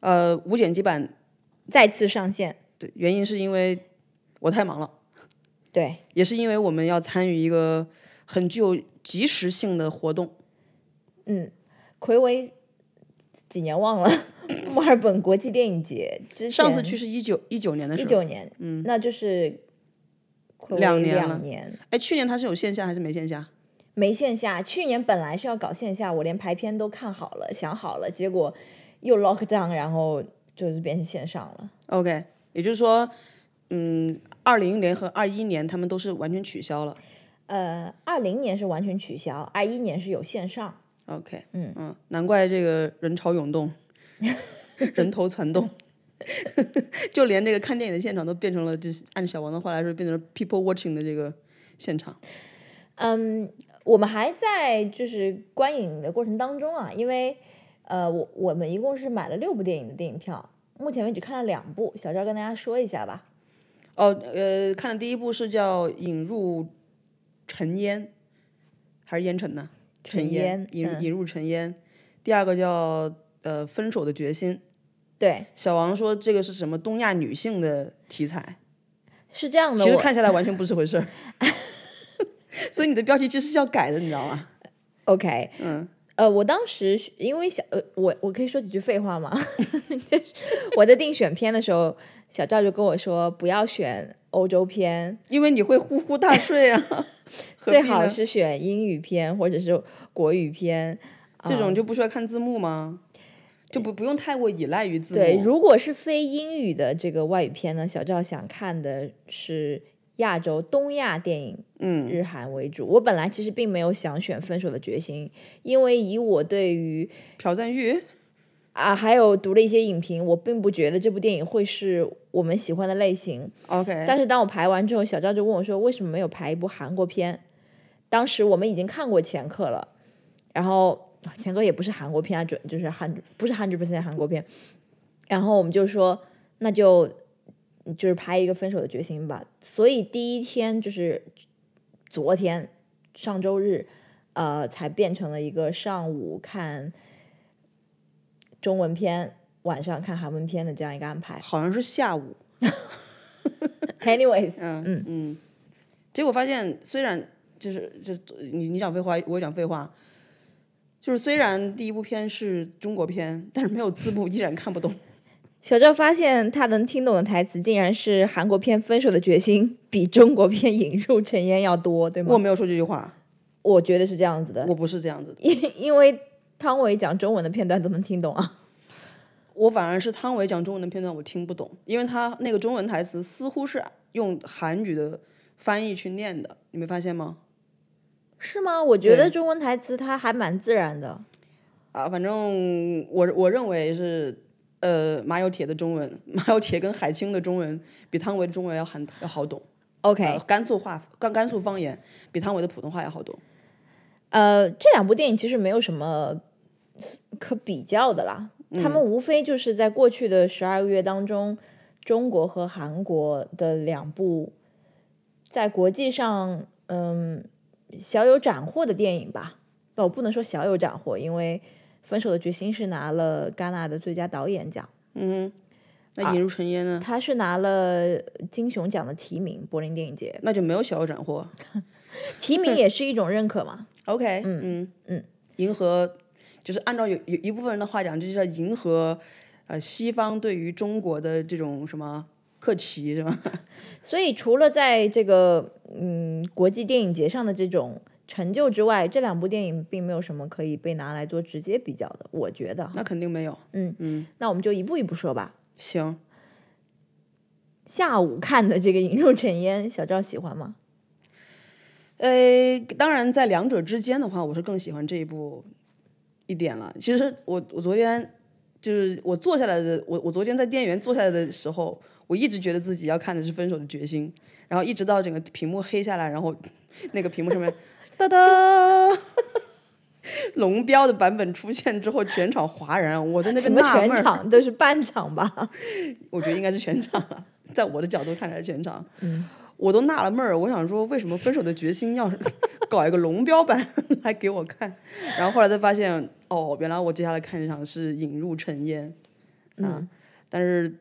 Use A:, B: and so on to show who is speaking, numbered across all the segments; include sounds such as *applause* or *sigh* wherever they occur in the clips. A: 呃，无剪辑版
B: 再次上线。
A: 对，原因是因为我太忙了，
B: 对，
A: 也是因为我们要参与一个很具有及时性的活动。
B: 魁违几年忘了，墨尔本国际电影节之前
A: 上次去是一九一九年的
B: 啊一
A: 时候，
B: 九年，嗯，那就是魁违
A: 两年了
B: 两年
A: 哎，去年它是有线下还是没线下？
B: 没线下。去年本来是要搞线下，我连排片都看好了，想好了，结果又 lock down，然后就是变成线上了。
A: OK，也就是说，嗯，二零年和二一年他们都是完全取消了。
B: 呃，二零年是完全取消，二一年是有线上。
A: OK，嗯嗯，难怪这个人潮涌动，人头攒动， *laughs* 就连这个看电影的现场都变成了，就是按小王的话来说，变成了 people watching 的这个现场。
B: 嗯，我们还在就是观影的过程当中啊，因为呃，我我们一共是买了六部电影的电影票，目前为止看了两部，小赵跟大家说一下吧。
A: 哦，呃，看的第一部是叫《引入尘烟》，还是烟尘呢？
B: 尘
A: 烟
B: 烟，
A: 引入
B: 嗯
A: 引入尘烟。第二个叫呃《分手的决心》。
B: 对，
A: 小王说这个是什么东亚女性的题材？
B: 是这样的，
A: 其实
B: 我
A: 看下来完全不是回事
B: *laughs*
A: 儿。所以你的标题其实是要改的，你知道吗？
B: OK，嗯，呃，我当时是因为小，呃，我我可以说几句废话吗？ *laughs* 就是我在定选片的时候，小赵就跟我说不要选欧洲片，
A: 因为你会呼呼大睡啊，何
B: 最
A: 必
B: 好
A: 呢
B: 是选英语片或者是国语片。
A: 这
B: 嗯
A: 种就不需要看字幕吗？就不不用太过依赖于字幕。
B: 对，如果是非英语的这个外语片呢，小赵想看的是亚洲东亚电影，
A: 嗯，
B: 日韩为主。我本来其实并没有想选《分手的决心》，因为以我对于
A: 朴赞玉，
B: 啊，还有读了一些影评，我并不觉得这部电影会是我们喜欢的类型。
A: OK，。
B: 但是当我排完之后，小赵就问我说：“为什么没有排一部韩国片？”当时我们已经看过《前客》了，然后啊《前客》也不是韩国片啊，准就是韩不是 hundred percent 韩国片。然后我们就说，那就就是拍一个《分手的决心》吧。所以第一天就是昨天，上周日，呃，才变成了一个上午看中文片，晚上看韩文片的这样一个安排 *laughs*
A: 好像是下午，
B: Anyways，
A: 嗯嗯结果发现虽然就是就你你讲废话，我讲废话，就是虽然第一部片是中国片，但是没有字幕依然看不懂。
B: 小赵发现他能听懂的台词，竟然是韩国片《分手的决心》比中国片《引入尘烟》要多，对吗？
A: 我没有说这句话，
B: 我觉得是这样子的，
A: 我不是这样子的，
B: 因因为汤唯讲中文的片段都能听懂啊。
A: 我反而是汤唯讲中文的片段我听不懂，因为他那个中文台词似乎是用韩语的翻译去念的，你没发现吗？
B: 是吗？我觉得中文台词它还蛮自然的。
A: 啊，反正我我认为是，呃，马有铁的中文，马有铁跟海清的中文比汤唯的中文要含要好懂。
B: OK，
A: 呃甘肃话甘甘肃方言比汤唯的普通话要好懂。
B: 呃，这两部电影其实没有什么可比较的啦，他们无非就是在过去的十二个月当中，中国和韩国的两部在国际上嗯小有斩获的电影吧。不，我不能说小有斩获，因为《分手的决心》是拿了戛纳的最佳导演奖，
A: 嗯哼，那引入尘烟呢？
B: 他是拿了金熊奖的提名，柏林电影节
A: 那就没有小有斩获。
B: 提名也是一种认可嘛。
A: OK，嗯嗯迎合就是按照有有一部分人的话讲，这就叫迎合呃西方对于中国的这种什么客气是吧？ *laughs*
B: 所以除了在这个嗯国际电影节上的这种成就之外，这两部电影并没有什么可以被拿来做直接比较的，我觉得。
A: 那肯定没有。
B: 那我们就一步一步说吧。
A: 行，
B: 下午看的这个《引入尘烟》，小赵喜欢吗？
A: 呃，当然在两者之间的话，我是更喜欢这一部一点了。其实我我昨天就是我坐下来的，我我昨天在电源坐下来的时候，我一直觉得自己要看的是《分手的决心》，然后一直到整个屏幕黑下来，然后 *laughs* 那个屏幕上面哒 *laughs* 哒。龙标的版本出现之后，全场哗然。我在那
B: 什
A: 边
B: 么
A: 纳
B: 全
A: 闷儿，
B: 场都是半
A: *laughs*
B: 场吧？
A: 我觉得应该是全场了，在我的角度看来是全场。
B: 嗯
A: 我都纳了闷儿，我想说为什么《分手的决心》要 *laughs* 搞一个龙标版 *laughs* 来给我看？然后后来才发现，哦，原来我接下来看一场是《引入尘烟》。
B: 嗯
A: 啊，但是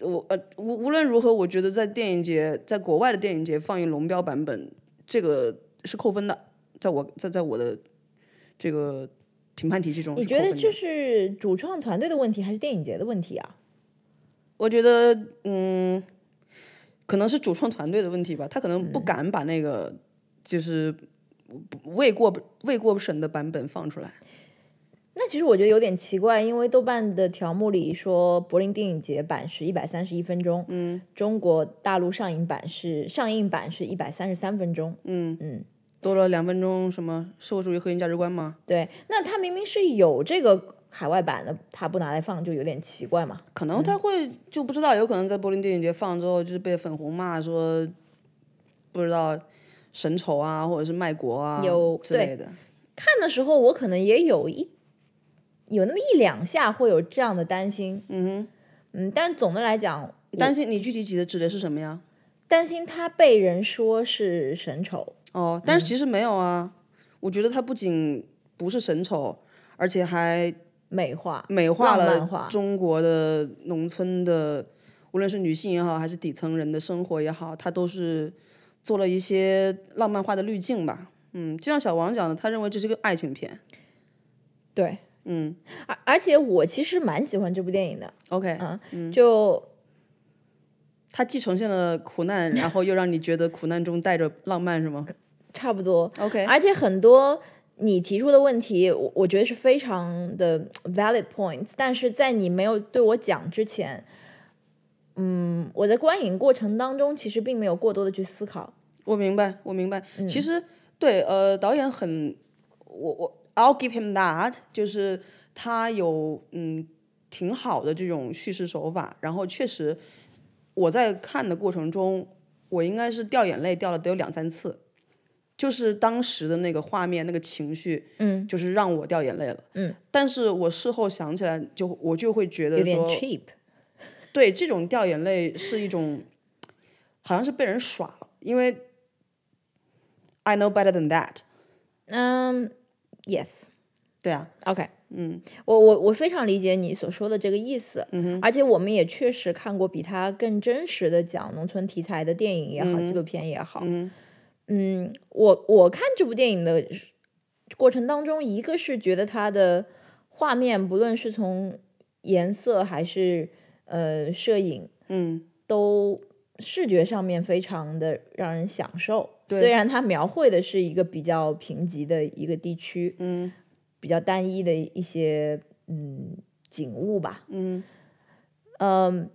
A: 我呃无无论如何，我觉得在电影节，在国外的电影节放映龙标版本，这个是扣分的，在我在在我的这个评判体系中是
B: 你
A: 扣
B: 觉
A: 分的，
B: 得这是主创团队的问题，还是电影节的问题啊？
A: 我觉得嗯，可能是主创团队的问题吧，他可能不敢把那个、就是不未过未过审的版本放出来。
B: 那其实我觉得有点奇怪，因为豆瓣的条目里说柏林电影节版是一百三十一分钟，嗯，中国大陆上映版是上映版是一百三十三分钟，
A: 多了两分钟，什么社会主义核心价值观吗？
B: 对，那它明明是有这个海外版的，它不拿来放就有点奇怪嘛。
A: 可能他会就不知道，有可能在柏林电影节放之后，就是被粉红骂说不知道神丑啊，或者是卖国啊
B: 有
A: 之类的。
B: 看的时候，我可能也有一有那么一两下会有这样的担心，嗯嗯，但总的来讲，
A: 担心你具体指的指的是什么呀？
B: 担心它被人说是神丑，
A: 哦，但是其实没有啊。我觉得他不仅不是神丑，而且还
B: 美化、
A: 美化
B: 浪漫化
A: 了中国的农村的，无论是女性也好，还是底层人的生活也好，他都是做了一些浪漫化的滤镜吧。嗯，就像小王讲的，他认为这是个爱情片。
B: 对，
A: 嗯
B: 而而且我其实蛮喜欢这部电影的，
A: ，OK，
B: 啊，就
A: 它既呈现了苦难，然后又让你觉得苦难中带着浪漫，是吗
B: 差不多。
A: ？OK，
B: 而且很多你提出的问题，我我觉得是非常的 valid points，但是在你没有对我讲之前，嗯，我在观影过程当中其实并没有过多的去思考。
A: 我明白，我明白。其实对，呃，导演很，我我 I'll give him that，就是他有嗯挺好的这种叙事手法，然后确实我在看的过程中，我应该是掉眼泪掉了得有两三次。就是当时的那个画面，那个情绪，嗯，就是让我掉眼泪了，嗯。但是我事后想起来就，我就会觉得
B: 有
A: 说，
B: 点 cheap，
A: 对，这种掉眼泪是一种，好像是被人耍了，因为 I know better than that。
B: 嗯、y e s
A: 对啊，
B: OK，嗯，我我我非常理解你所说的这个意思，嗯而且我们也确实看过比它更真实的讲农村题材的电影也好，纪录片也好，嗯我我看这部电影的过程当中，一个是觉得它的画面，不论是从颜色还是呃摄影，
A: 嗯，
B: 都视觉上面非常的让人享受。
A: 对
B: 虽然它描绘的是一个比较贫瘠的一个地区，
A: 嗯，
B: 比较单一的一些嗯景物吧，
A: 嗯，
B: 嗯，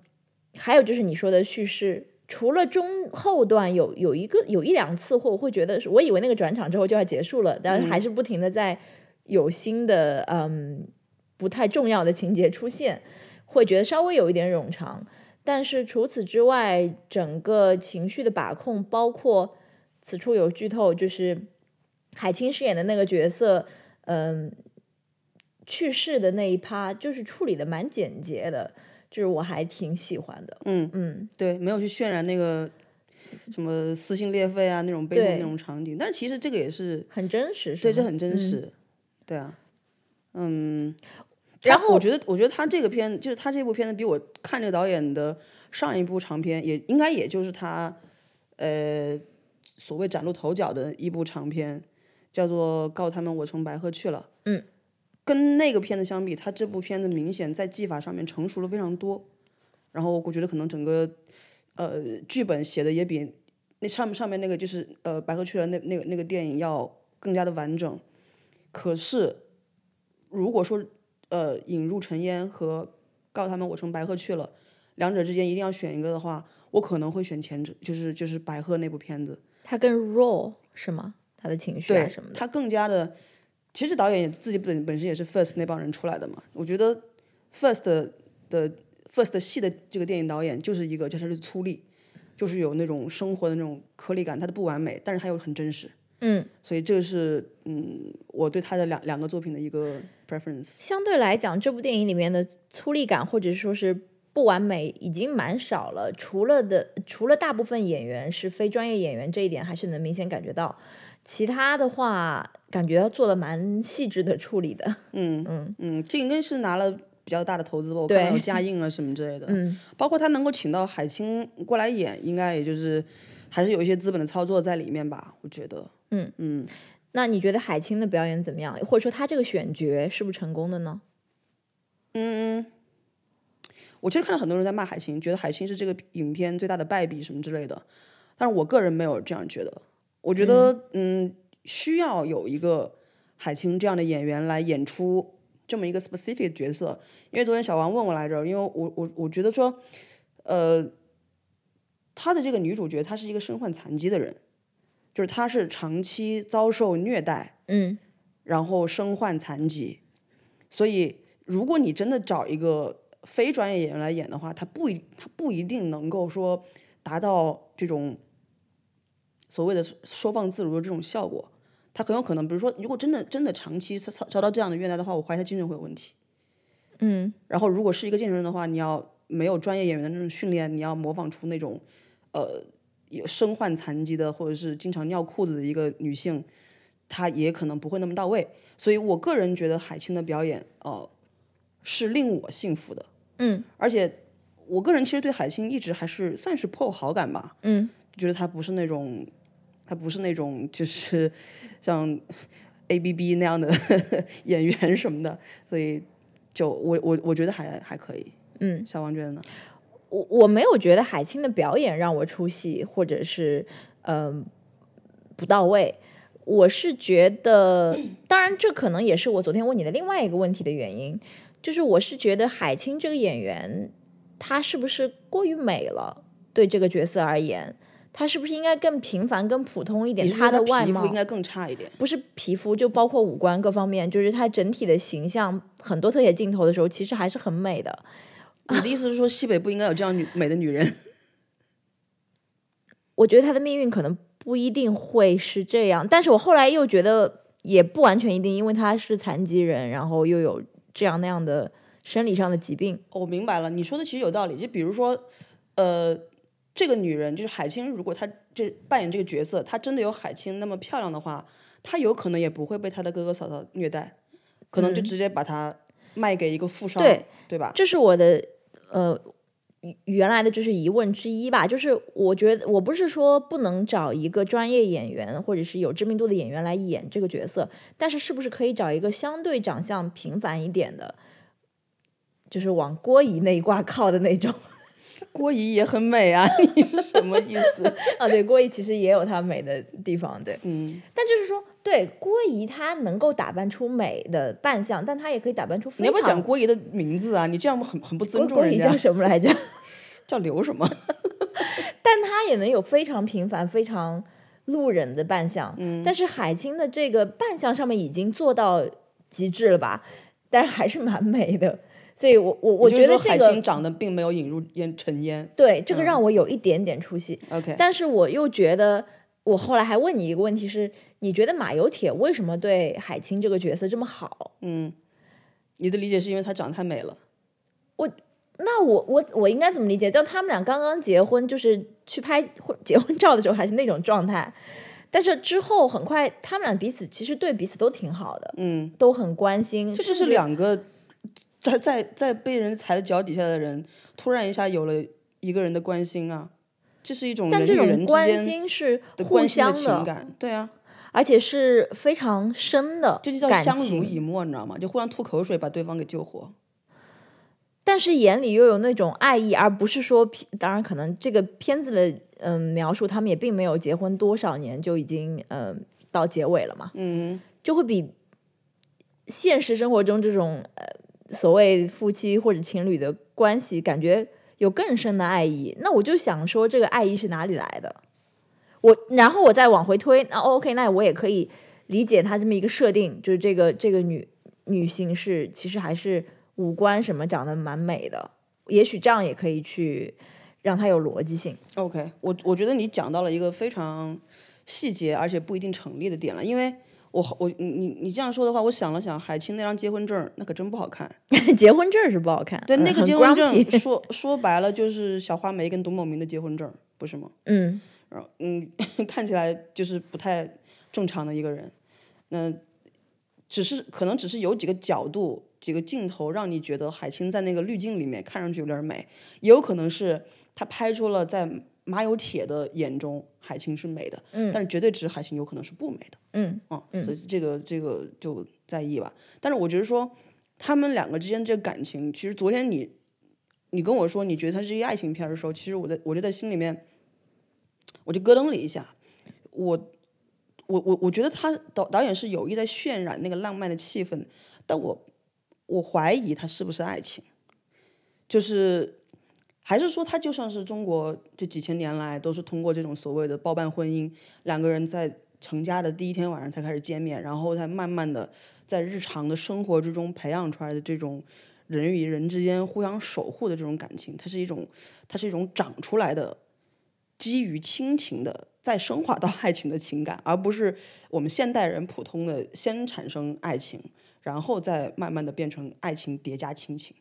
B: 还有就是你说的叙事。除了中后段有有一个有一两次，或我会觉得是，我以为那个转场之后就要结束了，但是还是不停的在有新的嗯不太重要的情节出现，会觉得稍微有一点冗长。但是除此之外，整个情绪的把控，包括此处有剧透，就是海清饰演的那个角色，嗯，去世的那一趴，就是处理的蛮简洁的，就是我还挺喜欢的。
A: 嗯
B: 嗯，
A: 对，没有去渲染那个什么撕心裂肺啊那种悲痛的
B: 对
A: 那种场景，但是其实这个也是，
B: 很真实，是
A: 对，
B: 吗
A: 这很真。
B: 嗯
A: 实，对啊，嗯。
B: 然
A: 他
B: 后
A: 我觉得，我觉得他这个片就是他这部片子比我看这个导演的上一部长片也应该也就是他呃所谓崭露头角的一部长片，叫做《告他们我乘白鹤去了》。
B: 嗯，
A: 跟那个片子相比，他这部片子明显在技法上面成熟了非常多。然后我觉得可能整个呃剧本写的也比那上上面那个就是呃白鹤去了那那个那个电影要更加的完整。可是如果说呃引入尘烟和告他们我成白鹤去了，两者之间一定要选一个的话，我可能会选前者，就是就是白鹤那部片子，
B: 他更 raw 是吗？他的情绪啊什么的，
A: 他更加的，其实导演也自己本本身也是 First 那帮人出来的嘛，我觉得 First 的的 First 的系的这个电影导演就是一个，就是他是粗粝，就是有那种生活的那种颗粒感，他的不完美，但是他又很真实。
B: 嗯，
A: 所以这个是嗯，我对他的两两个作品的一个 preference。
B: 相对来讲，这部电影里面的粗粝感或者说是不完美已经蛮少了。除了的，除了大部分演员是非专业演员这一点还是能明显感觉到，其他的话感觉做了蛮细致的处理的。 *laughs*
A: 嗯嗯嗯，这应该是拿了比较大的投资吧，我
B: 对
A: 看到有加映啊什么之类的，
B: 嗯，
A: 包括他能够请到海清过来演，应该也就是还是有一些资本的操作在里面吧，我觉得，
B: 嗯
A: 嗯，
B: 那你觉得海清的表演怎么样？或者说她这个选角是不是成功的呢？
A: 嗯，我其实看到很多人在骂海清，觉得海清是这个影片最大的败笔什么之类的，但是我个人没有这样觉得。我觉得，嗯需要有一个海清这样的演员来演出这么一个 specific 角色，因为昨天小王问我来着，因为我我我觉得说，呃，她的这个女主角她是一个身患残疾的人，就是她是长期遭受虐待，
B: 嗯
A: 然后身患残疾，所以如果你真的找一个非专业演员来演的话，他不一他不一定能够说达到这种所谓的收放自如的这种效果。他很有可能，比如说，如果真的真的长期遭遭到这样的虐待的话，我怀疑他精神会有问题。
B: 嗯
A: 然后，如果是一个健身人的话，你要没有专业演员的那种训练，你要模仿出那种，呃，有身患残疾的或者是经常尿裤子的一个女性，她也可能不会那么到位。所以我个人觉得海清的表演，呃，是令我幸福的。
B: 嗯
A: 而且，我个人其实对海清一直还是算是颇有好感吧。
B: 嗯
A: 觉得他不是那种，他不是那种就是像 A B B 那样的 *laughs* 演员什么的，所以就我我我觉得还还可以。
B: 嗯，
A: 小王觉得呢？
B: 我我没有觉得海清的表演让我出戏，或者是嗯、不到位。我是觉得，当然这可能也是我昨天问你的另外一个问题的原因，就是我是觉得海清这个演员，她是不是过于美了？对这个角色而言，她是不是应该更平凡、更普通一点？
A: 你是说
B: 她的
A: 他
B: 外
A: 皮肤
B: 貌
A: 应该更差一点。
B: 不是皮肤，就包括五官各方面，就是她整体的形象，很多特写镜头的时候，其实还是很美的。
A: 你的意思是说西北不应该有这样女美的女人？
B: 我觉得她的命运可能不一定会是这样，但是我后来又觉得也不完全一定，因为她是残疾人，然后又有这样那样的生理上的疾病。
A: 我明白了，你说的其实有道理。就比如说，呃，这个女人就是海清，如果她这扮演这个角色，她真的有海清那么漂亮的话，她有可能也不会被她的哥哥嫂嫂虐待，可能就直接把她卖给一个富商，
B: 嗯对
A: 对吧？
B: 这是我的呃原原来的就是疑问之一吧，就是我觉得我不是说不能找一个专业演员或者是有知名度的演员来演这个角色，但是是不是可以找一个相对长相平凡一点的，就是往郭姨那一挂靠的那种 *laughs*
A: 郭姨也很美啊，你是什么意
B: *laughs*
A: 思？
B: 啊？对，郭姨其实也有她美的地方，对，
A: 嗯，
B: 但就是说，对郭姨她能够打扮出美的扮相，但她也可以打扮出
A: 你
B: 非
A: 要
B: 常
A: 不要讲郭姨的名字啊？你这样很很不尊
B: 郭
A: 重
B: 郭
A: 人
B: 姨
A: 家
B: 叫，什么来着？ *laughs*
A: 叫刘什么？
B: 但他也能有非常平凡、非常路人的扮相。
A: 嗯
B: 但是海清的这个扮相上面已经做到极致了吧？但是还是蛮美的，所以我我 *laughs* 我
A: 你
B: 觉
A: 就是
B: 得
A: 说
B: 这
A: 海
B: 个
A: 清嗯长得并没有引入烟尘烟。
B: 对这个让我有一点点出戏。
A: OK，
B: 但是我又觉得，我后来还问你一个问题是，你觉得马有铁为什么对海清这个角色这么好？
A: 嗯，你的理解是因为她长得太美了。
B: 那我我我应该怎么理解？就他们俩刚刚结婚，就是去拍婚结婚照的时候还是那种状态，但是之后很快他们俩彼此其实对彼此都挺好的，
A: 嗯，
B: 都很关心。
A: 这 *laughs*
B: 甚
A: 就
B: 至
A: 是两个在在在被人踩在脚底下的人，突然一下有了一个人的关心啊，这是一种
B: 但
A: 人与
B: 这
A: 人之
B: 种关
A: 间
B: 心是
A: 的
B: 互
A: 关心
B: 相
A: 的情感。对啊，
B: 而且是非常深的
A: 这就叫
B: 感
A: 相濡
B: 情，
A: 以沫，你知道吗？就互相吐口水，把对方给救活。
B: 但是眼里又有那种爱意，而不是说片，当然可能这个片子的嗯描述，他们也并没有结婚多少年就已经嗯到结尾了嘛。
A: 嗯，
B: 就会比现实生活中这种呃所谓夫妻或者情侣的关系，感觉有更深的爱意。那我就想说，这个爱意是哪里来的？我然后我再往回推，那、哦 OK，那我也可以理解他这么一个设定，就是这个这个女女性是其实还是五官什么长得蛮美的，也许这样也可以去让她有逻辑性。 *laughs*
A: OK，我我觉得你讲到了一个非常细节而且不一定成立的点了，因为我我你你你这样说的话，我想了想，海清那张结婚证儿那可真不好看。
B: 结婚证是不好看，
A: 对，
B: 嗯
A: 那个
B: 很
A: 结婚
B: grumpy
A: 证说说白了就是小花梅跟董某明的结婚证儿，不是吗？
B: 嗯
A: 然后 *laughs* 嗯，看起来就是不太正常的一个人。那只是可能只是有几个角度、几个镜头让你觉得海清在那个滤镜里面看上去有点美，也有可能是他拍出了在马有铁的眼中海清是美的，嗯，但是绝对值海清有可能是不美的，
B: 嗯
A: 啊，所以这个这个就在意吧。但是我觉得说他们两个之间这个感情，其实昨天你你跟我说你觉得它是一个爱情片儿的时候，其实我在我就在心里面我就咯噔了一下，我我我我觉得他导导演是有意在渲染那个浪漫的气氛，但我我怀疑它是不是爱情，就是。还是说，它就像是中国这几千年来都是通过这种所谓的包办婚姻，两个人在成家的第一天晚上才开始见面，然后才慢慢的在日常的生活之中培养出来的这种人与人之间互相守护的这种感情，它是一种它是一种长出来的，基于亲情的再升华到爱情的情感，而不是我们现代人普通的先产生爱情，然后再慢慢的变成爱情叠加亲情。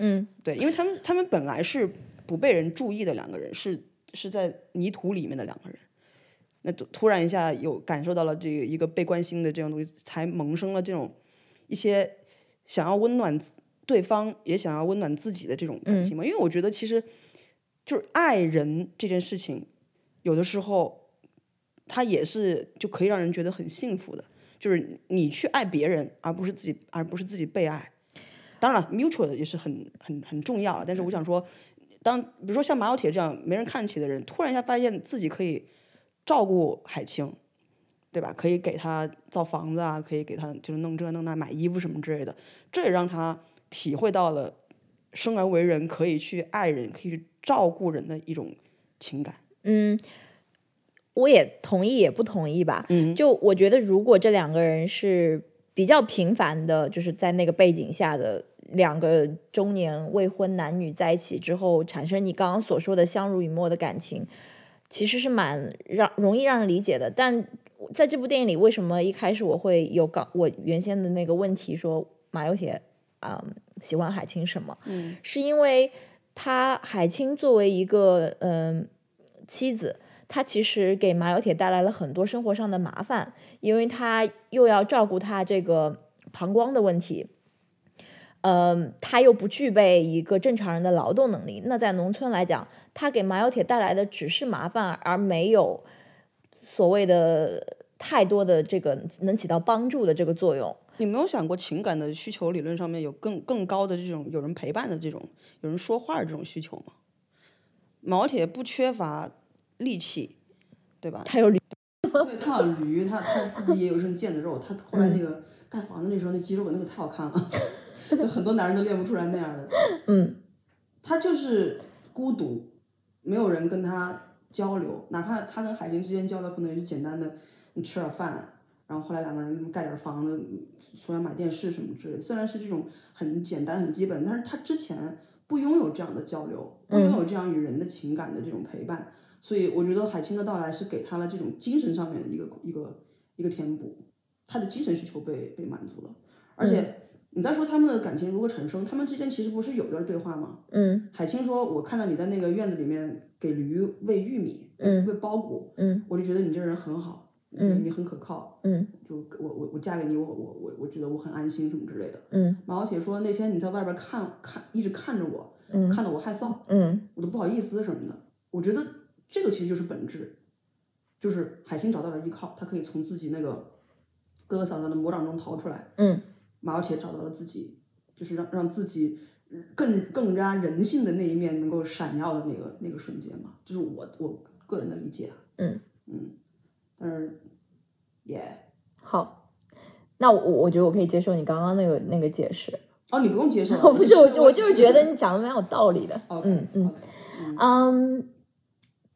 B: 嗯，
A: 对，因为他们他们本来是不被人注意的两个人，是是在泥土里面的两个人。那突突然一下有感受到了这个一个被关心的这种东西，才萌生了这种一些想要温暖自对方，也想要温暖自己的这种感情嘛。因为我觉得其实就是爱人这件事情，有的时候它也是就可以让人觉得很幸福的，就是你去爱别人，而不是自己，而不是自己被爱。当然了，mutual 的也是很很很重要了。但是我想说，当比如说像马小铁这样没人看起的人，突然一下发现自己可以照顾海清，对吧？可以给他造房子啊，可以给他就是弄这弄那，买衣服什么之类的。这也让他体会到了生而为人可以去爱人，可以去照顾人的一种情感。
B: 我也同意，也不同意吧。嗯，就我觉得，如果这两个人是比较频繁的，就是在那个背景下的两个中年未婚男女在一起之后，产生你刚刚所说的相濡以沫的感情，其实是蛮让容易让人理解的。但在这部电影里，为什么一开始我会有刚我原先的那个问题说马有铁啊、嗯喜欢海清什么？嗯，是因为他海清作为一个嗯妻子，她其实给马有铁带来了很多生活上的麻烦，因为她又要照顾她这个膀胱的问题，嗯，她又不具备一个正常人的劳动能力。那在农村来讲，她给马有铁带来的只是麻烦，而没有所谓的太多的这个能起到帮助的这个作用。
A: 你没有想过情感的需求理论上面有更更高的这种有人陪伴的这种有人说话的这种需求吗？毛铁不缺乏力气，对吧？
B: 她有理
A: *laughs* 对，他有驴，他他自己也有一身腱子肉，他后来那个盖房子那时候那肌肉那个太好看了， *laughs* 有很多男人都练不出来那样的。
B: 嗯，
A: 他就是孤独，没有人跟他交流，哪怕他跟海清之间交流，可能也是简单的，你吃点饭，然后后来两个人盖点房子，说要买电视什么之类的。虽然是这种很简单很基本，但是他之前不拥有这样的交流，不拥有这样与人的情感的这种陪伴。所以我觉得海清的到来是给他了这种精神上面的一个一个一个填补，他的精神需求被被满足了。而且你再说他们的感情如何产生，他们之间其实不是有一段对话吗？
B: 嗯
A: 海清说：“我看到你在那个院子里面给驴喂玉米，
B: 嗯
A: 喂苞谷，
B: 嗯
A: 我就觉得你这人很好，
B: 嗯
A: 你很可靠，
B: 嗯
A: 就我我我嫁给你，我我我我觉得我很安心什么之类的。”
B: 嗯
A: 马小铁说：“那天你在外边看看，一直看着我，
B: 嗯
A: 看得我害臊。”
B: 嗯
A: 我都不好意思什么的。我觉得这个其实就是本质，就是海星找到了依靠，他可以从自己那个哥哥嫂嫂的魔掌中逃出来。
B: 嗯
A: 马小铁找到了自己，就是让让自己更更加人性的那一面能够闪耀的那个那个瞬间嘛，就是我我个人的理解啊。
B: 嗯
A: 嗯，但是也、
B: 好，那我我觉得我可以接受你刚刚那个那个解释。
A: 哦，你不用接受啊，
B: *laughs* 我不是，我
A: 只
B: 就我就
A: *laughs*
B: 是觉得你讲的蛮有道理的。
A: OK，
B: 嗯嗯
A: OK，
B: 嗯，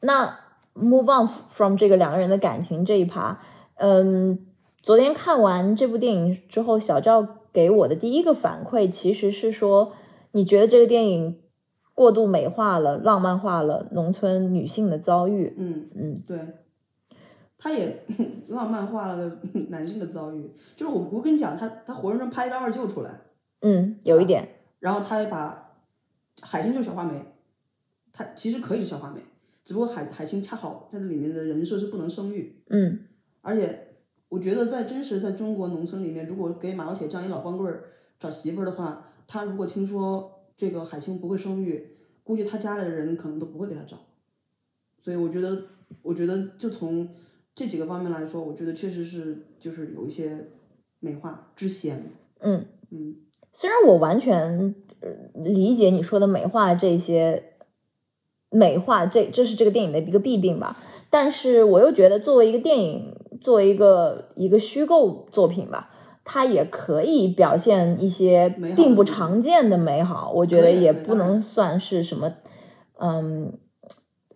B: 那 move on from 这个两个人的感情这一趴，嗯，昨天看完这部电影之后，小赵给我的第一个反馈其实是说，你觉得这个电影过度美化了、浪漫化了农村女性的遭遇。
A: 嗯
B: 嗯，
A: 对，他也 *laughs* 浪漫化了 *laughs* 男性的遭遇，就是我我跟你讲，他他活生生拍了一个二舅出来，
B: 嗯，有一点，
A: 然后他也把海清就是小花梅，他其实可以是小花梅，只不过海海清恰好在这里面的人设是不能生育，
B: 嗯
A: 而且我觉得在真实在中国农村里面，如果给马小铁这样一老光棍儿找媳妇儿的话，他如果听说这个海清不会生育，估计他家里的人可能都不会给他找。所以我觉得，我觉得就从这几个方面来说，我觉得确实是就是有一些美化之嫌。
B: 嗯，
A: 嗯，
B: 虽然我完全呃理解你说的美化这些美化这这是这个电影的一个弊病吧，但是我又觉得作为一个电影，作为一个一个虚构作品吧。它也可以表现一些
A: 美好
B: 并不常见的美好，我觉得
A: 对
B: 也
A: 对
B: 不
A: 当然
B: 能算是什么，嗯，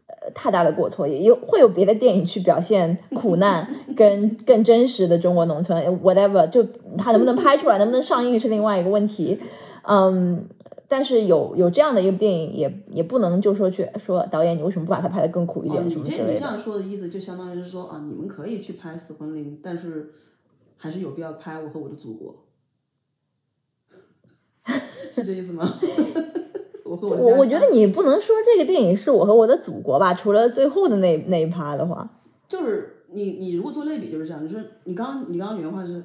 B: 呃太大的过错，也有会有别的电影去表现
A: 嗯
B: 苦难跟更真实的中国农村，whatever，就呃它能不能拍出来，能不能上映是另外一个问题，嗯。但是有有这样的一个电影也，也不能就说去说导演，你为什么不把它拍得更苦一
A: 哦，
B: 点、
A: 你
B: 什么
A: 这
B: 之
A: 你
B: 类
A: 这
B: 的？
A: 样说的意思，就相当于是说啊，你们可以去拍死魂灵，但是还是有必要拍我和我的祖国， *laughs* 是这意思吗？ *laughs* 我和我的
B: 我
A: 家
B: 我
A: 乡
B: 觉得你不能说这个电影是我和我的祖国吧，除了最后的那那一趴的话，
A: 就是你你如果做类比就是这样，你说你刚你刚刚原话是，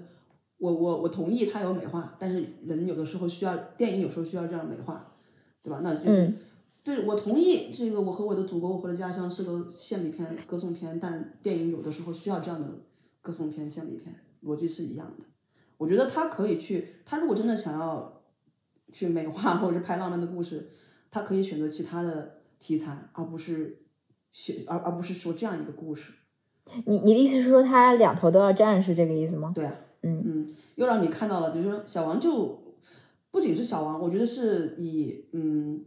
A: 我我我同意它有美化，但是人有的时候需要电影有时候需要这样美化，对吧？那就是、
B: 嗯
A: 对我同意这个我和我的祖国我和我的家乡是个献礼片歌颂片，但是电影有的时候需要这样的歌颂片献礼片，逻辑是一样的。我觉得他可以去，他如果真的想要去美化或者是拍浪漫的故事，他可以选择其他的题材，而不是选而而不是说这样一个故事。
B: 你你的意思是说他两头都要站是这个意思吗？
A: 对啊，
B: 嗯
A: 嗯，又让你看到了，比如说小王就不仅是小王，我觉得是以嗯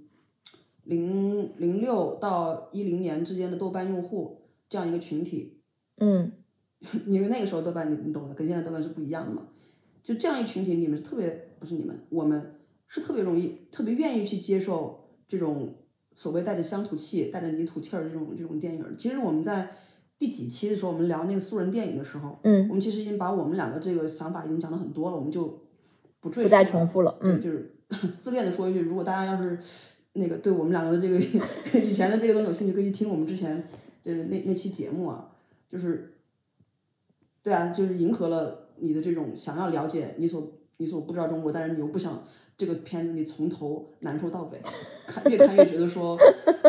A: 零零六到一零年之间的豆瓣用户这样一个群体， *laughs*
B: 嗯
A: 因为那个时候豆瓣你你懂的，跟现在豆瓣是不一样的嘛，就这样一群体，你们是特别不是你们，我们是特别容易、特别愿意去接受这种所谓带着乡土气、带着泥土气儿的这种这种电影儿。其实我们在第几期的时候，我们聊那个素人电影的时候，
B: 嗯，
A: 我们其实已经把我们两个这个想法已经讲了很多了，我们就不赘述
B: 不再
A: 了
B: 重复了。
A: 对，
B: 嗯
A: 就是 *laughs* 自恋的说一句，如果大家要是那个对我们两个的这个 *laughs* 以前的这个东西有兴趣，可以听我们之前就是那那期节目啊，就是对啊，就是迎合了你的这种想要了解你所你所不知道中国，但是你又不想这个片子你从头难受到尾，看越看越觉得说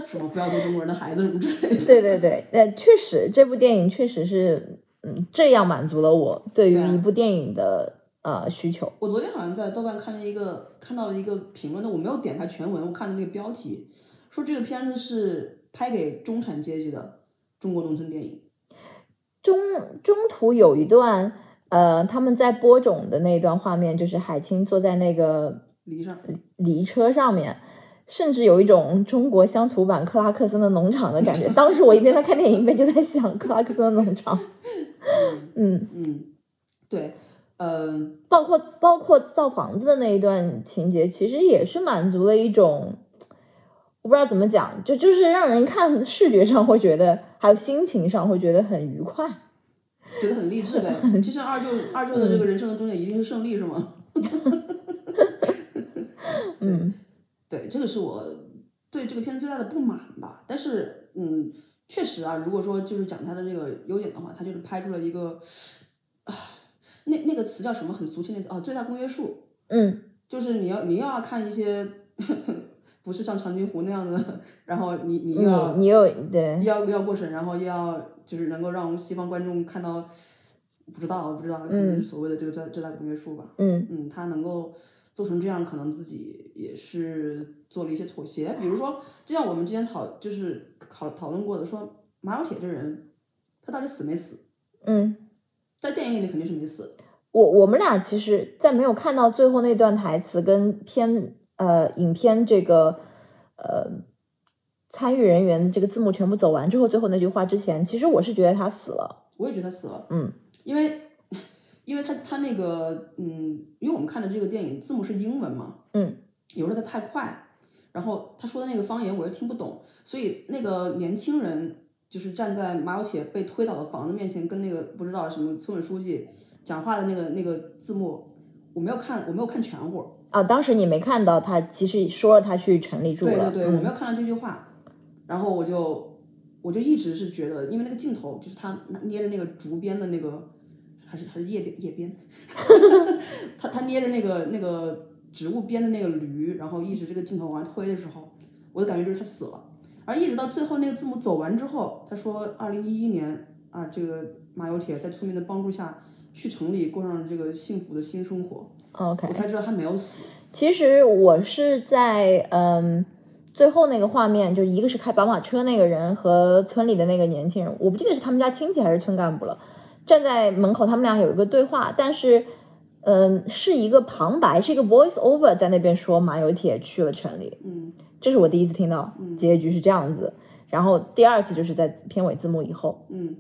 A: 什么不要做中国人的孩子什么之类的。
B: 对对对，呃，确实这部电影确实是嗯这样满足了我对于
A: 对啊
B: 一部电影的呃需求。
A: 我昨天好像在豆瓣看了一个看到了一个评论的，我没有点开全文，我看的那个标题说这个片子是拍给中产阶级的中国农村电影。
B: 中中途有一段呃他们在播种的那一段画面，就是海清坐在那个
A: 离上，
B: 离车上面，甚至有一种中国乡土版克拉克森的农场的感 *laughs* 觉。当时我一边在看电影，一边就在想克拉克森的农 *laughs* 场。嗯，
A: 嗯，对，嗯、
B: 包括包括造房子的那一段情节，其实也是满足了一种，我不知道怎么讲，就就是让人看视觉上会觉得，还有心情上会觉得很愉快。
A: 觉得很励志呗。就像二舅二舅的这个人生的终点一定是胜利，是吗？ *laughs*
B: 嗯
A: 对，这个是我对这个片子最大的不满吧。但是，嗯，确实啊，如果说就是讲它的这个优点的话，它就是拍出了一个，啊，那那个词叫什么？很俗气那词啊，最大公约数。
B: 嗯
A: 就是你要你要看一些不是像长津湖那样的，然后你你又
B: 你
A: 要
B: 你有对
A: 要要过审，然后又要就是能够让西方观众看到，不知道不知道，可能是所谓的这个这这代公约数吧。
B: 嗯
A: 嗯，他能够做成这样，可能自己也是做了一些妥协。比如说，就像我们之前讨就是讨讨论过的，说马小铁这人，他到底死没死？
B: 嗯。
A: 在电影里面肯定是没死，
B: 我我们俩其实，在没有看到最后那段台词跟片呃影片这个呃参与人员这个字幕全部走完之后，最后那句话之前，其实我是觉得他死了。
A: 我也觉得他死了。
B: 嗯
A: 因为因为他他那个嗯，因为我们看的这个电影字幕是英文嘛，
B: 嗯，
A: 有时候他太快，然后他说的那个方言我又听不懂，所以那个年轻人就是站在马小铁被推倒的房子面前，跟那个不知道什么村委书记讲话的那个那个字幕，我没有看，我没有看全乎，
B: 啊，当时你没看到他，其实说了他去城里住
A: 对
B: 了。
A: 对对，我没
B: 嗯
A: 有看到这句话，然后我就我就一直是觉得，因为那个镜头就是他拿捏着那个竹编的那个还是还是叶边叶边， *laughs* 他他捏着那个那个植物边的那个驴，然后一直这个镜头往外推的时候，我的感觉就是他死了。而一直到最后那个字母走完之后，他说二零一一年啊，这个马有铁在村民的帮助下去城里过上这个幸福的新生活。
B: 嗯 OK，
A: 我才知道他没有死。
B: 其实我是在嗯。最后那个画面，就一个是开宝马车那个人和村里的那个年轻人，我不记得是他们家亲戚还是村干部了，站在门口，他们俩有一个对话，但是，嗯，是一个旁白，是一个 voice over 在那边说马有铁去了城里，
A: 嗯
B: 这是我第一次听到，结局是这样子，然后第二次就是在片尾字幕以后，
A: 嗯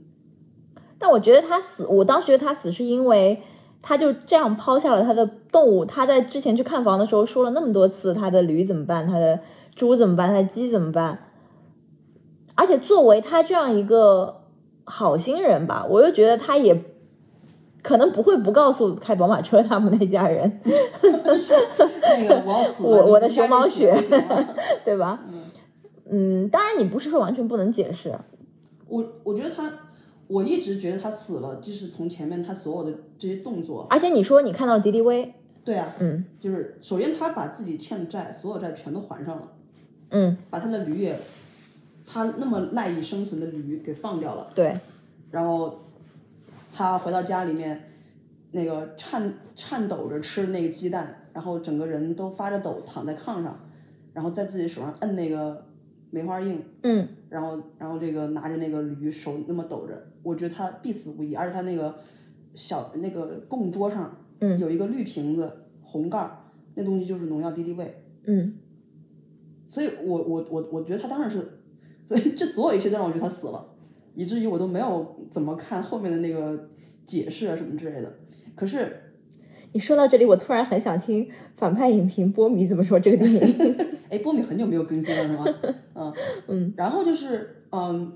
B: 但我觉得他死，我当时觉得他死是因为他就这样抛下了他的动物。他在之前去看房的时候说了那么多次，他的驴怎么办，他的猪怎么办，他的鸡怎么办。而且作为他这样一个好心人吧，我又觉得他也可能不会不告诉开宝马车他们那家人，
A: 那个我要死了，
B: 我
A: 你
B: 我的
A: 们家
B: 熊猫
A: 这
B: 血
A: 死了行
B: *laughs*
A: 吗
B: 对吧？
A: 嗯
B: 嗯，当然你不是说完全不能解释，
A: 我我觉得他，我一直觉得他死了，就是从前面他所有的这些动作，
B: 而且你说你看到了敌敌畏，
A: 对啊，
B: 嗯
A: 就是首先他把自己欠的债，所有债全都还上了，
B: 嗯，
A: 把他的驴也，他那么赖以生存的驴给放掉了，
B: 对，
A: 然后他回到家里面，那个颤颤抖着吃那个鸡蛋，然后整个人都发着抖躺在炕上，然后在自己手上摁那个梅花印，
B: 嗯，
A: 然后然后这个拿着那个驴手那么抖着，我觉得他必死无疑，而且他那个小那个供桌上，嗯，有一个绿瓶子红盖儿，那东西就是农药敌敌畏，
B: 嗯，
A: 所以我我我我觉得他当然是，所以这所有一切都让我觉得他死了，以至于我都没有怎么看后面的那个解释啊什么之类的。可是
B: 你说到这里，我突然很想听反派影评波米怎么说这个电影。 *laughs*
A: 哎，波米很久没有更新了，是吗？嗯嗯。然后就是嗯，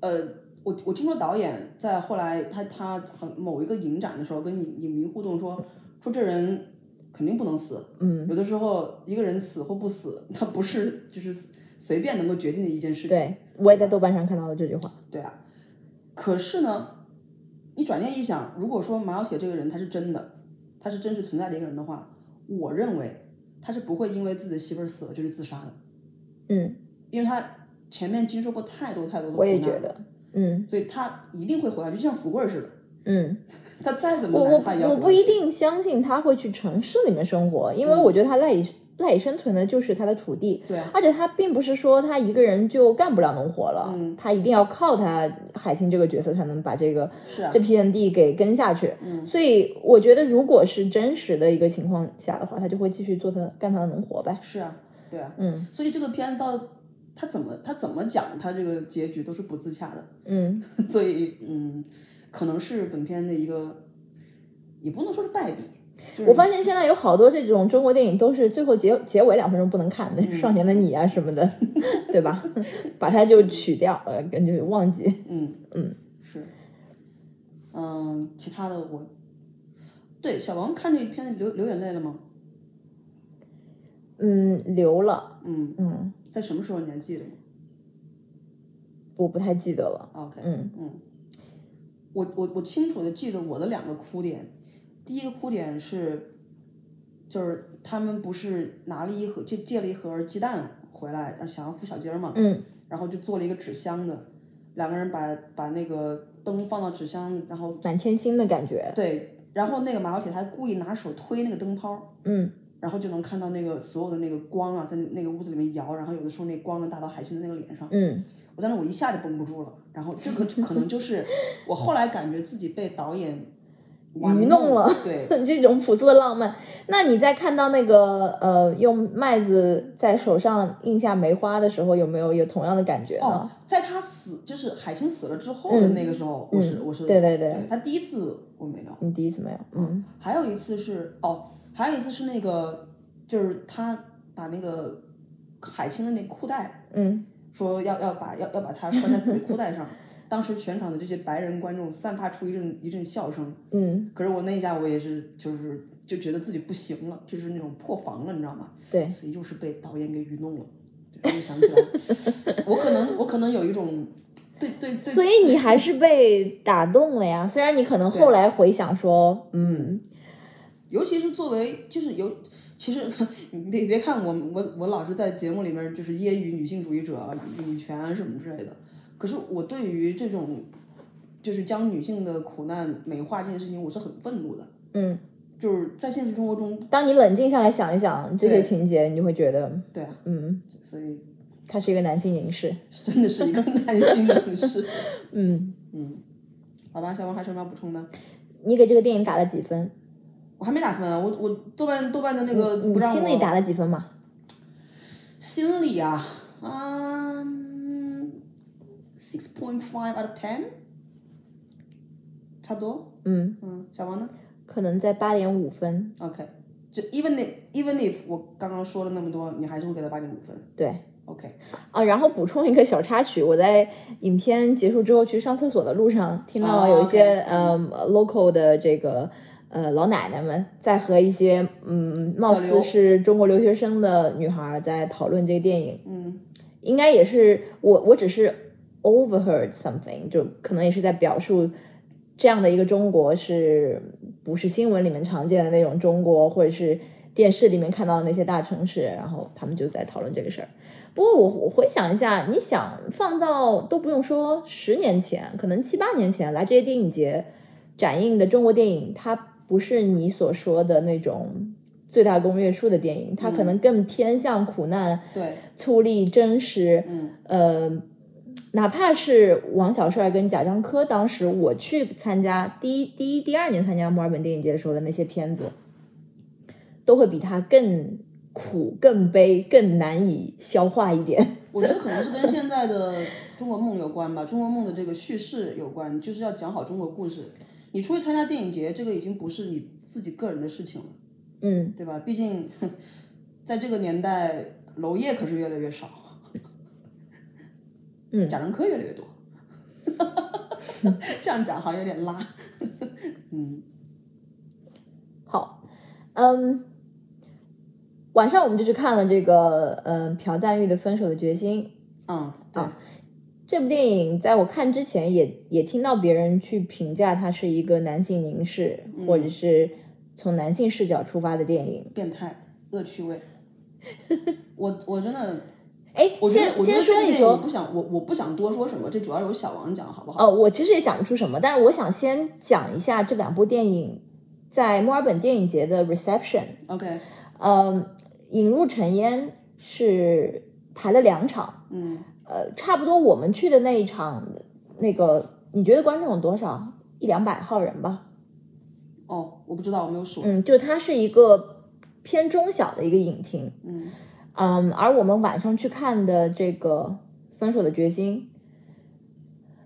A: 呃，我我听说导演在后来他他很某一个影展的时候跟影影迷互动说说这人肯定不能死，嗯，有的时候一个人死或不死，他不是就是随便能够决定的一件事情，
B: 对，我也在豆瓣上看到了这句话。
A: 对啊，可是呢，你转念一想，如果说马小铁这个人他是真的，他是真实存在的一个人的话，我认为他是不会因为自己的媳妇儿死了就是自杀的，
B: 嗯，
A: 因为他前面经受过太多太多的
B: 我也
A: 苦难
B: 觉得，嗯
A: 所以他一定会活下去，就像福贵儿似的，
B: 嗯，
A: 他再怎
B: 我
A: 么
B: 我
A: 难，他也
B: 不
A: 要
B: 我
A: 活
B: 不
A: 下
B: 一
A: 去。
B: 定相信他会去城市里面生活，
A: 嗯
B: 因为我觉得他赖以赖以生存的就是他的土地。
A: 对啊，
B: 而且他并不是说他一个人就干不了农活了，
A: 嗯
B: 他一定要靠他海清这个角色才能把这个
A: 是啊
B: 这，片地给跟下去。
A: 嗯
B: 所以我觉得，如果是真实的一个情况下的话，他就会继续做他干他的农活呗。
A: 是啊，对啊，
B: 嗯
A: 所以这个片子到他怎么他怎么讲他这个结局都是不自洽的。 *laughs*
B: 嗯，
A: 所以嗯，可能是本片的一个，也不能说是败笔。就是、
B: 我发现现在有好多这种中国电影都是最后结结尾两分钟不能看的，
A: 嗯
B: 少年的你》啊什么
A: *laughs*
B: 的，对吧？把它就取掉，呃，跟就是忘记。
A: 嗯
B: 嗯
A: 是，嗯，其他的我对小王看这片子流流眼泪了吗？
B: 嗯，留了，
A: 嗯，
B: 嗯，
A: 在什么时候你还记得吗
B: 我不太记得了。
A: ？OK，
B: 嗯
A: 嗯，我我我清楚的记得我的两个哭点，第一个哭点是，就是他们不是拿了一盒借借了一盒鸡蛋回来，想要付小鸡儿嘛，
B: 嗯
A: 然后就做了一个纸箱的，两个人把把那个灯放到纸箱，然后
B: 满天星的感觉，
A: 对，然后那个马小铁他故意拿手推那个灯泡，
B: 嗯
A: 然后就能看到那个所有的那个光啊，在那个屋子里面摇，然后有的时候那光能打到海清的那个脸上，
B: 嗯
A: 我当时我一下就绷不住了，然后这
B: *laughs*
A: 个可能就是我后来感觉自己被导演玩
B: 愚弄
A: 弄
B: 了
A: 对，
B: *laughs* 这种朴素的浪漫。那你在看到那个呃用麦子在手上印下梅花的时候，有没有有同样的感觉呢？
A: 哦，在他死就是海清死了之后的那个时候，我是
B: 嗯
A: 我是
B: 对对对
A: 他第一次我没有，
B: 你第一次没有？嗯
A: 还有一次是哦，还有一次是那个，就是他把那个海清的那裤带，
B: 嗯，
A: 说要要把要要把它拴在自己的裤带
B: *laughs*
A: 上。当时全场的这些白人观众散发出一阵一阵笑声，
B: 嗯，
A: 可是我那一下我也是就是就觉得自己不行了，就是那种破防了，你知道吗？
B: 对，
A: 所以 *laughs* 又是被导演给愚弄了，然后就想起来，我可能我可能有一种对对对，
B: 所以你还是被打动了呀。虽然你可能后来回想说，嗯，
A: 尤其是作为就是有，其实你别别看我我我老是在节目里面就是揶揄女性主义者、女权啊什么之类的，可是我对于这种就是将女性的苦难美化这件事情，我是很愤怒的。
B: 嗯，
A: 就是在现实生活中，
B: 当你冷静下来想一想这些
A: 对
B: 情节，你就会觉得，
A: 对啊，
B: 嗯，
A: 所以
B: 它是一个男性凝视。
A: *laughs* 真的是一个男性凝视。
B: 嗯，
A: 嗯，好吧，小王还有什么要补充的？
B: 你给这个电影打了几分？
A: 我还没打分啊，我我豆瓣豆瓣的那个
B: 你
A: 呃不让我
B: 心里打了几分嘛？
A: 心里啊，嗯，six point five out of ten，差不多。
B: 嗯，
A: 嗯，小王呢
B: 可能在八点五分。
A: ？OK，就 even if even if 我刚刚说了那么多，你还是会给他八点五分。
B: 对
A: OK，
B: 啊，然后补充一个小插曲，我在影片结束之后去上厕所的路上，听到
A: 哦
B: 有一
A: OK
B: 些、呃 local 的这个呃老奶奶们在和一些嗯貌
A: 交
B: 似
A: 流
B: 是中国留学生的女孩儿在讨论这个电影，
A: 嗯
B: 应该也是我我只是 overheard something，就可能也是在表述这样的一个中国是不是新闻里面常见的那种中国，或者是电视里面看到的那些大城市，然后他们就在讨论这个事儿。不过我我回想一下，你想放到都不用说十年前，可能七八年前来这些电影节展映的中国电影，它不是你所说的那种。最大公约数的电影，它可能更偏向苦难、
A: 对，
B: 粗粝、真实，
A: 嗯
B: 呃，哪怕是王小帅跟贾樟柯，当时我去参加第一、第一、第二年参加墨尔本电影节的时候的那些片子，都会比他更苦、更悲、更难以消化一点。 *laughs*
A: 我觉得可能是跟现在的中国梦有关吧，中国梦的这个叙事有关，就是要讲好中国故事。你出去参加电影节，这个已经不是你自己个人的事情了。
B: 嗯，
A: 对吧？毕竟在这个年代，娄烨可是越来越少，
B: 嗯
A: 贾樟柯越来越多。 *laughs* 这样讲好像有点拉，嗯，
B: 好，嗯，晚上我们就去看了这个，嗯，朴赞玉的《分手的决心》。
A: 啊、对，
B: 这部电影在我看之前也也听到别人去评价它是一个男性凝视，或者是从男性视角出发的电影。
A: 变态、恶趣味，我我真的，
B: 哎，
A: 我觉
B: 先
A: 得我觉
B: 先
A: 得这
B: 说
A: 个
B: 一
A: 电影我
B: 说
A: 不想我我不想多说什么，这主要由小王讲好不好？
B: 哦，我其实也讲不出什么，但是我想先讲一下这两部电影在墨尔本电影节的 reception。
A: OK，
B: 嗯，《引入尘烟》是排了两场，
A: 嗯，
B: 呃，差不多我们去的那一场，那个你觉得观众有多少？一两百号人吧。
A: 哦，我不知道，我没有数，
B: 嗯，就它是一个偏中小的一个影厅，
A: 嗯
B: 嗯，而我们晚上去看的这个《分手的决心》，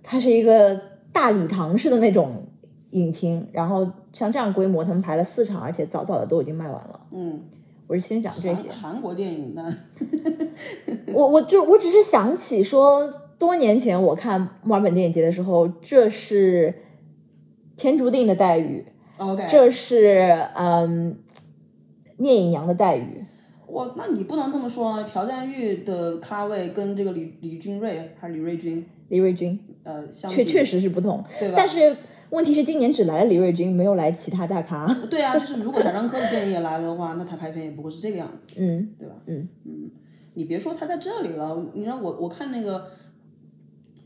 B: 它是一个大礼堂式的那种影厅，然后像这样规模，他们排了四场，而且早早的都已经卖完了。
A: 嗯，
B: 我是先讲这
A: 韩
B: 些，
A: 韩国电影呢，
B: 我我就我只是想起说，多年前我看墨尔本电影节的时候，这是天注定的待遇，
A: OK，
B: *laughs* 这是嗯聂隐娘的待遇。
A: 我，那你不能这么说啊！朴赞玉的咖位跟这个李李俊瑞还是李瑞军，
B: 李瑞军
A: 呃，相
B: 确
A: 比，
B: 确实是不同，
A: 对吧？
B: 但是问题是今年只来了李瑞军，没有来其他大咖。
A: *laughs* 对啊，就是如果贾樟柯的电影也来了的话，那他拍片也不会是这个样子，
B: 嗯
A: 对吧？
B: 嗯
A: 你别说他在这里了，你让我我看那个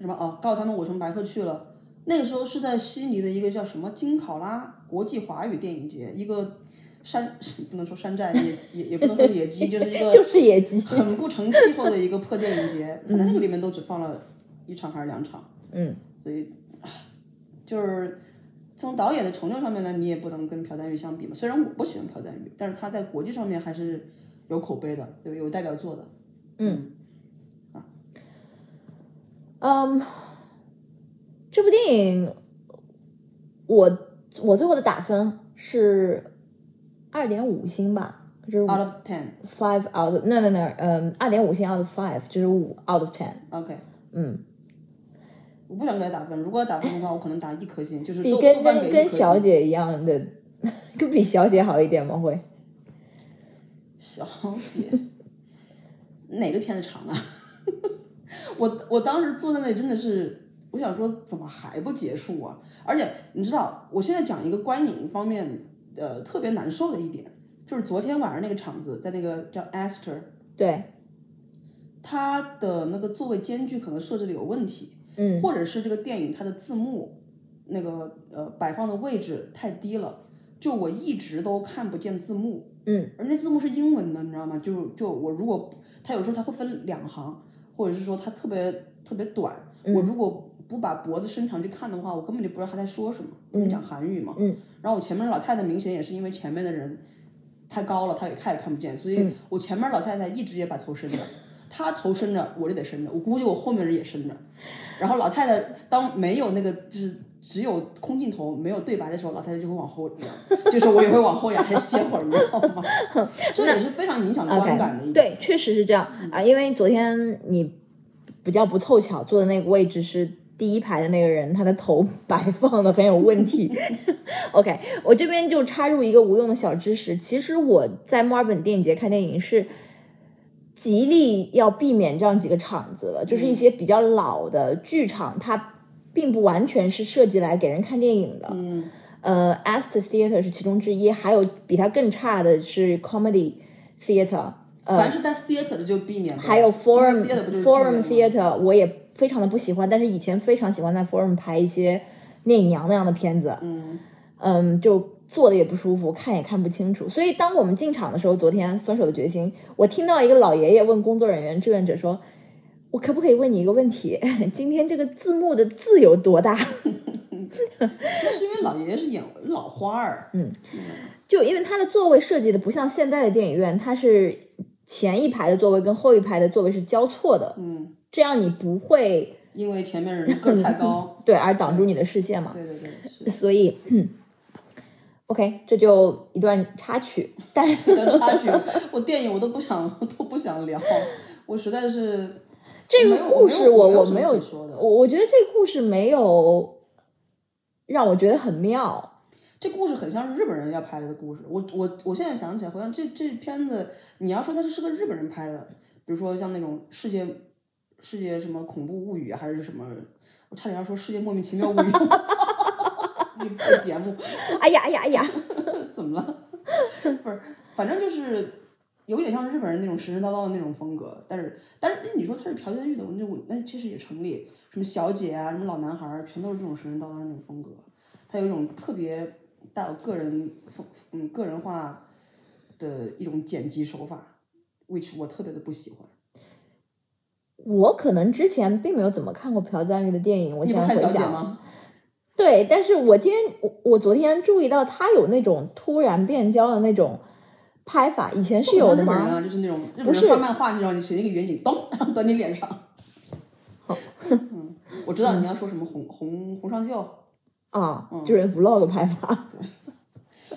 A: 什么哦，告诉他们我从白鹤去了，那个时候是在悉尼的一个叫什么金考拉国际华语电影节，一个山 *laughs* 不能说山寨，也也也不能说野鸡，就是一个
B: *laughs* 就是野鸡。
A: *laughs* 很不成气候的一个破电影节，他在那个里面都只放了一场还是两场，
B: 嗯，
A: 所以唉就是从导演的成就上面呢，你也不能跟朴赞玉相比嘛。虽然我不喜欢朴赞玉，但是他在国际上面还是有口碑的，对吧？有代表作的。
B: 嗯，这部电影，我我最后的打分是二点五星吧，就是
A: 嗯 Out of ten,
B: five out of no no no，嗯，二点五星 out of five，就是五 out of ten。
A: OK。
B: 嗯，
A: 我不想给他打分，如果要打分的话，我可能打一颗星，就是
B: 比
A: 豆
B: 跟
A: 豆瓣给
B: 跟
A: 一
B: 跟
A: 颗星
B: 小姐一样的， *laughs* 跟比小姐好一点吗？会。
A: 小姐， *laughs* 哪个片子长啊？我我当时坐在那里真的是我想说，怎么还不结束啊？而且你知道，我现在讲一个观影方面，呃，特别难受的一点，就是昨天晚上那个场子，在那个叫 Aster，
B: 对，
A: 它的那个座位间距可能设置的有问题，
B: 嗯，
A: 或者是这个电影它的字幕那个呃摆放的位置太低了，就我一直都看不见字幕，
B: 嗯，
A: 而那字幕是英文的，你知道吗？就就我如果它有时候它会分两行，或者是说它特别特别短，
B: 嗯
A: 我如果不把脖子伸长去看的话，我根本就不知道他在说什么，因为讲韩语嘛，
B: 嗯，
A: 然后我前面老太太明显也是因为前面的人太高了，她也看也看不见，所
B: 嗯
A: 以我前面老太太一直也把头伸着。她头伸着，我就得伸着，我估计我后面人也伸着。然后老太太当没有那个就是只有空镜头没有对白的时候，老太太就会往后仰，这时候我也会往后仰，还歇会儿，你知道
B: *laughs*
A: 吗？这也是非常影响观感的一点。嗯
B: 对，确实是这样啊，因为昨天你比较不凑巧坐的那个位置是第一排的那个人，他的头 *laughs* 摆放的很有问
A: *laughs*
B: 题。OK，我这边就插入一个无用的小知识，其实我在墨尔本电影节看电影是。极力要避免这样几个场子了，
A: 嗯
B: 就是一些比较老的剧场，它并不完全是设计来给人看电影的。
A: 嗯，
B: 呃 a s t Theater 是其中之一，还有比它更差的是 Comedy Theater，
A: 凡是带 theater 的就避免不了。
B: 还有
A: 因
B: Forum
A: 为 theater 不就是
B: Forum
A: 剧院吗
B: Theater，我也非常的不喜欢，但是以前非常喜欢在 Forum 排一些聂隐娘那样的片子，
A: 嗯
B: 嗯，就坐的也不舒服，看也看不清楚。所以当我们进场的时候，昨天《分手的决心》，我听到一个老爷爷问工作人员志愿者说：“我可不可以问你一个问题？ *laughs* 今天这个字幕的字有多大？” *laughs*
A: 那是因为老爷爷是演老花儿，嗯，
B: 就因为它的座位设计的不像现在的电影院，它是前一排的座位跟后一排的座位是交错的，
A: 嗯，
B: 这样你不会，
A: 因为前面人个儿太高
B: 对而挡住你的视线嘛。
A: 对对对，是
B: 所以、嗯、，OK，这就一段插曲，但
A: 一段插曲。我电影我都不想都不想聊，我实在是
B: 这
A: 没
B: 个
A: 有
B: 故事我
A: 我
B: 我
A: 没
B: 没
A: 有
B: 有
A: 什么可说的
B: 我我觉得这个故事没有让我觉得很妙。
A: 这故事很像是日本人要拍的故事。我我我现在想起来，好像这这片子，你要说它是个日本人拍的，比如说像那种世界世界什么恐怖物语啊还是什么，我差点要说世界莫名其妙物语。我操你这节目
B: 哎呀哎呀哎呀，
A: 怎么了？ *laughs* 不是，反正就是有点像日本人那种神神叨叨的那种风格，但是但是哎那你说他是朴赞玉的，那我那确实也成立。什么小姐啊，什么老男孩儿，全都是这种神神叨叨的那种风格。他有一种特别带有个人风，嗯，个人化的一种剪辑手法，which 我特别的不喜欢。
B: 我可能之前并没有怎么看过朴赞玉的电影，我
A: 你
B: 现
A: 不
B: 在
A: 看
B: 回
A: 小姐
B: 想，
A: 吗？
B: 对，但是我今天我我昨天注意到他有那种突然变焦的那种拍法，以前是有的
A: 日本人啊，
B: 吗？
A: 就是那种日
B: 不
A: 本
B: 是
A: 人画漫画那种，你写一个远景，咚， *laughs* 然后端你脸上。
B: 哦
A: *laughs* 嗯，我知道你要说什么红红红上秀。
B: 啊，
A: 嗯
B: 就是 vlog 拍法。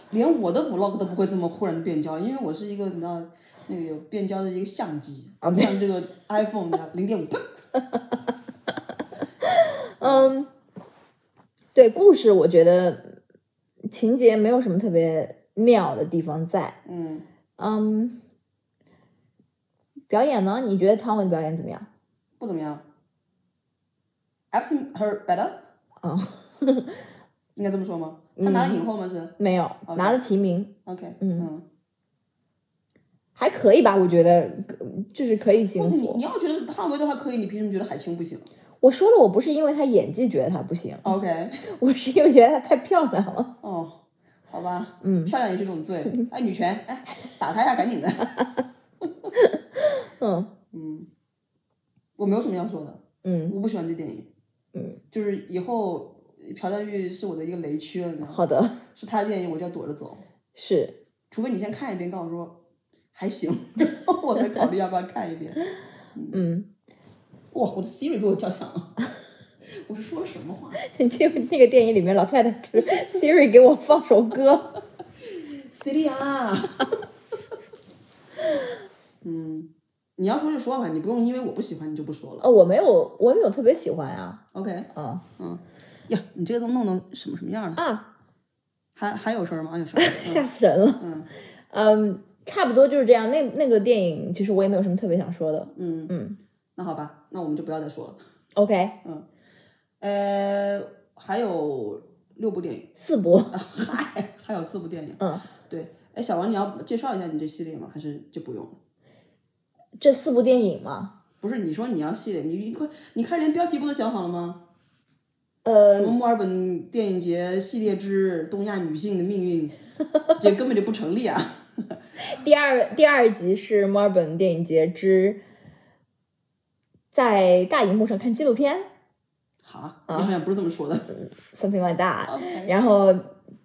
A: 连我的 vlog 都不会这么忽然变焦，因为我是一个你知道那个有变焦的一个相机，
B: 啊
A: 不像这个 iPhone 的零点五，啪
B: 嗯，对，故事我觉得情节没有什么特别妙的地方在。
A: 嗯，
B: 嗯，表演呢？你觉得汤唯的表演怎么样？
A: 不怎么样。I've seen her better，
B: 啊、
A: *laughs* 应该这么说吗？
B: 嗯
A: 她拿了影后吗？是
B: 没有，拿了提名，
A: OK，嗯，
B: 还可以吧？我觉得嗯就是可以幸
A: 但是你
B: 福。
A: 你要觉得汤唯都还可以，你凭什么觉得海清不行
B: 我说了，我不是因为她演技觉得她不行，
A: ？OK，
B: 我是因为觉得她太漂亮了。
A: 哦，好吧，
B: 嗯
A: 漂亮也是一种罪，哎，女权，哎，打她呀，赶紧的，
B: 嗯
A: 嗯，我没有什么要说的，
B: 嗯，
A: 我不喜欢这电影。
B: 嗯，
A: 就是以后朴赞玉是我的一个雷区了，你知道吗？
B: 好的，
A: 是他的电影我就要躲着走，
B: 是
A: 除非你先看一遍，告诉我说还行，然后我再考虑要不要看一遍。
B: 嗯， *laughs*
A: 哇，我的 Siri 被我叫响了，我是说了什么话？
B: 这个那个电影里面老太太就是 Siri 给我放首歌。
A: Siri 啊， *laughs* 嗯，你要说就说吧，你不用因为我不喜欢你就不说了。
B: 哦，我没有，我没有特别喜欢啊。
A: OK，
B: 嗯
A: 嗯，呀，你这个都弄成什么什么样了？
B: 啊，
A: 还还有事儿吗？还有 *laughs* 事儿？
B: 吓死人了。
A: 嗯
B: 嗯，差不多就是这样。那那个电影其实我也没有什么特别想说的。
A: 嗯嗯，
B: 嗯
A: 那好吧，那我们就不要再说了。
B: ，OK，
A: 嗯，呃，还有六部电影，
B: 四部，
A: 嗨， *laughs* 还有四部电影。
B: 嗯，
A: 对，哎，小王，你要介绍一下你这系列吗？还是就不用？
B: 这四部电影嘛，
A: 不是，你说你要系列，你你快，你开始连标题不都想好了吗？
B: 呃
A: 什，么墨尔本电影节系列之东亚女性的命运，这根本就不成立啊！ *laughs*
B: 第二第二集是墨尔本电影节之在大荧幕上看纪录片
A: 好，你好像不是这么 *laughs* 说的。
B: ，something like that。
A: OK，
B: 然后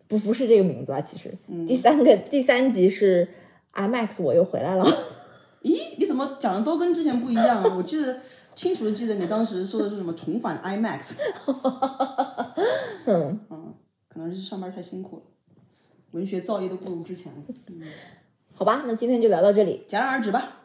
B: 不不是这个名字啊，其实、第三个第三集是 IMAX 我又回来了， *laughs*
A: 咦，你怎么讲的都跟之前不一样啊？我记得清楚的记得你当时说的是什么重返 IMAX。
B: 嗯，
A: 嗯，可能是上班太辛苦了，文学造诣都不如之前了。嗯，
B: 好吧，那今天就聊到这里，
A: 戛然而止吧。